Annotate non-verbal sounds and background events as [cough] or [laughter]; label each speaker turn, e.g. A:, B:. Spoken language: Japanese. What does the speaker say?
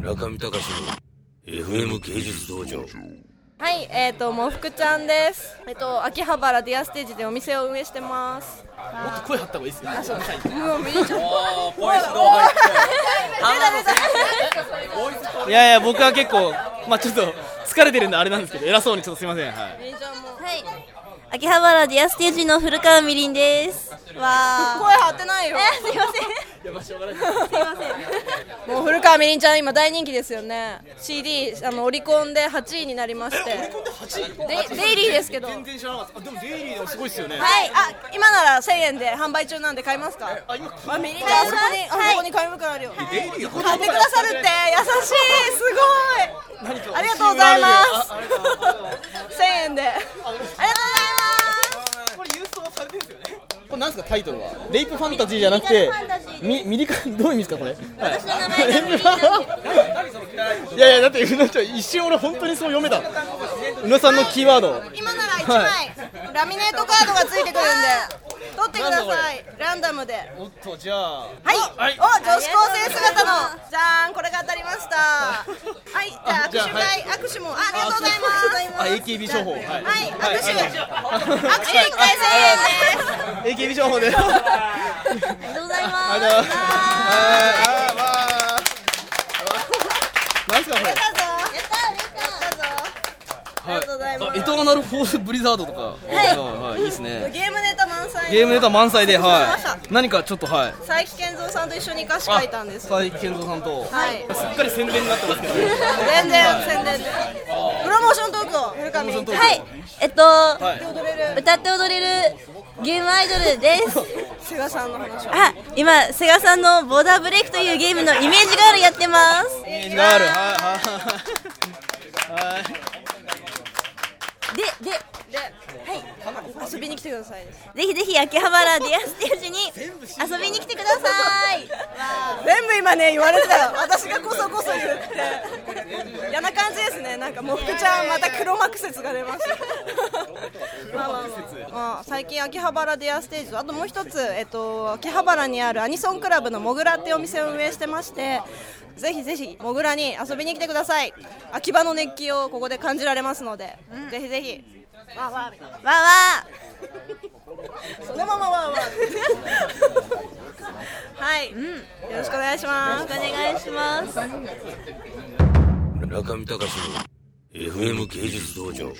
A: 中見隆の FM 芸術道場
B: はい、えっ、と、もふくちゃんです。えっ、と、秋葉原ディアステージでお店を運営してます。
C: もっと声張った方がいいですね。
B: もう見ちゃう。
C: おーボイスどう入って。いやいや僕は結構まあちょっと疲れてるんであれなんですけど偉そうにちょっとすいません。はい。
B: みーちゃんも。
D: はい。秋葉原ディアステージの古川みりんです。わ
B: 声張ってないよ。
D: ー。すいませ
C: いやまあしょうがない。
B: もう古川みりんちゃん、今大人気ですよね。CD、あの、オリコンで8位になりまして。
C: 八
B: デデイリーですけど。はい、
C: 全然知らなかった。あでもデイリーでもすごいですよね。
B: あ、今なら1000円で販売中なんで買いますか
C: あ今
B: あ、みりんちゃん、あそこに、あそこに買い向くあるよ。
C: デイリーがこんな
B: 買ってくださるって、優しい、すごい。
C: 何か
B: ありがとうございます
C: あありがとうございま
B: 1000円で。ありがとうございます。
C: す。これ郵送されてるんですよね。これなんですかタイトルは？レイプファンタジーじゃなくて、みミリカンどういう意味ですかこれ？私の名前レイプファン。いやいやだってうなちゃん一瞬俺本当にそう読めた。うなさんのキーワード。
B: 今なら1枚、ラミネートカードがついてくるんで取ってくださいランダムではい
C: おっとじゃあ。
B: お女子高生姿のじゃーんこれが当たりましたはいじゃあ握手会、握手もあありがとうございます
C: あ AKB 情報はい
B: はい
C: はい
B: 握手
C: はい
B: 握手1回1000円です
C: AKB 情報で。ありがとうございます。
D: ん。ありがとうございま
C: あ
D: す。
C: ーあ
B: やったぞ
C: ーなんすかこれ。はい
B: ありがとうございます
C: あエターナルフォースブリザードとか。はい。はいいいですね。
B: ゲームネタ満載の
C: ゲームネタ満載で、は
B: 失礼しまし
C: い。何かちょっとはい。
B: た佐伯健三さんと一緒に歌詞書いたんです
C: 佐伯健三さんと。
B: はい
C: すっかり宣伝になってますけど。
B: 全然宣伝でプロモーショントークを古上に
D: はいい。えっと、
C: はい。
B: 踊れる
D: 歌って踊れるゲームアイドルです。
B: [laughs] セガさんの話を
D: あ、今、セガさんのボーダーブレイクというゲームのイメージガールやってます。
C: イメージがある。はいはい。はい。
D: で、で、
B: で、はい、遊びに来てくださいです。
D: ぜひぜひ秋葉原ディアステージに遊びに来てください。
B: [laughs] 全部今ね、言われてたよ。私がこそこそ言って。嫌な感じですね。なんか、もふくちゃん、また黒幕説が出ました。まあまあまあ、まあ最近秋葉原ディアステージとあともう一つ、えっと、秋葉原にあるアニソンクラブのもぐらっていうお店を運営してましてぜひぜひもぐらに遊びに来てください秋葉の熱気をここで感じられますので、ぜひぜひ
D: わわ
B: そのままワンワン。はい、よろしくお願いします。
D: ー。お願いします。
A: 中見隆の FM 芸術道場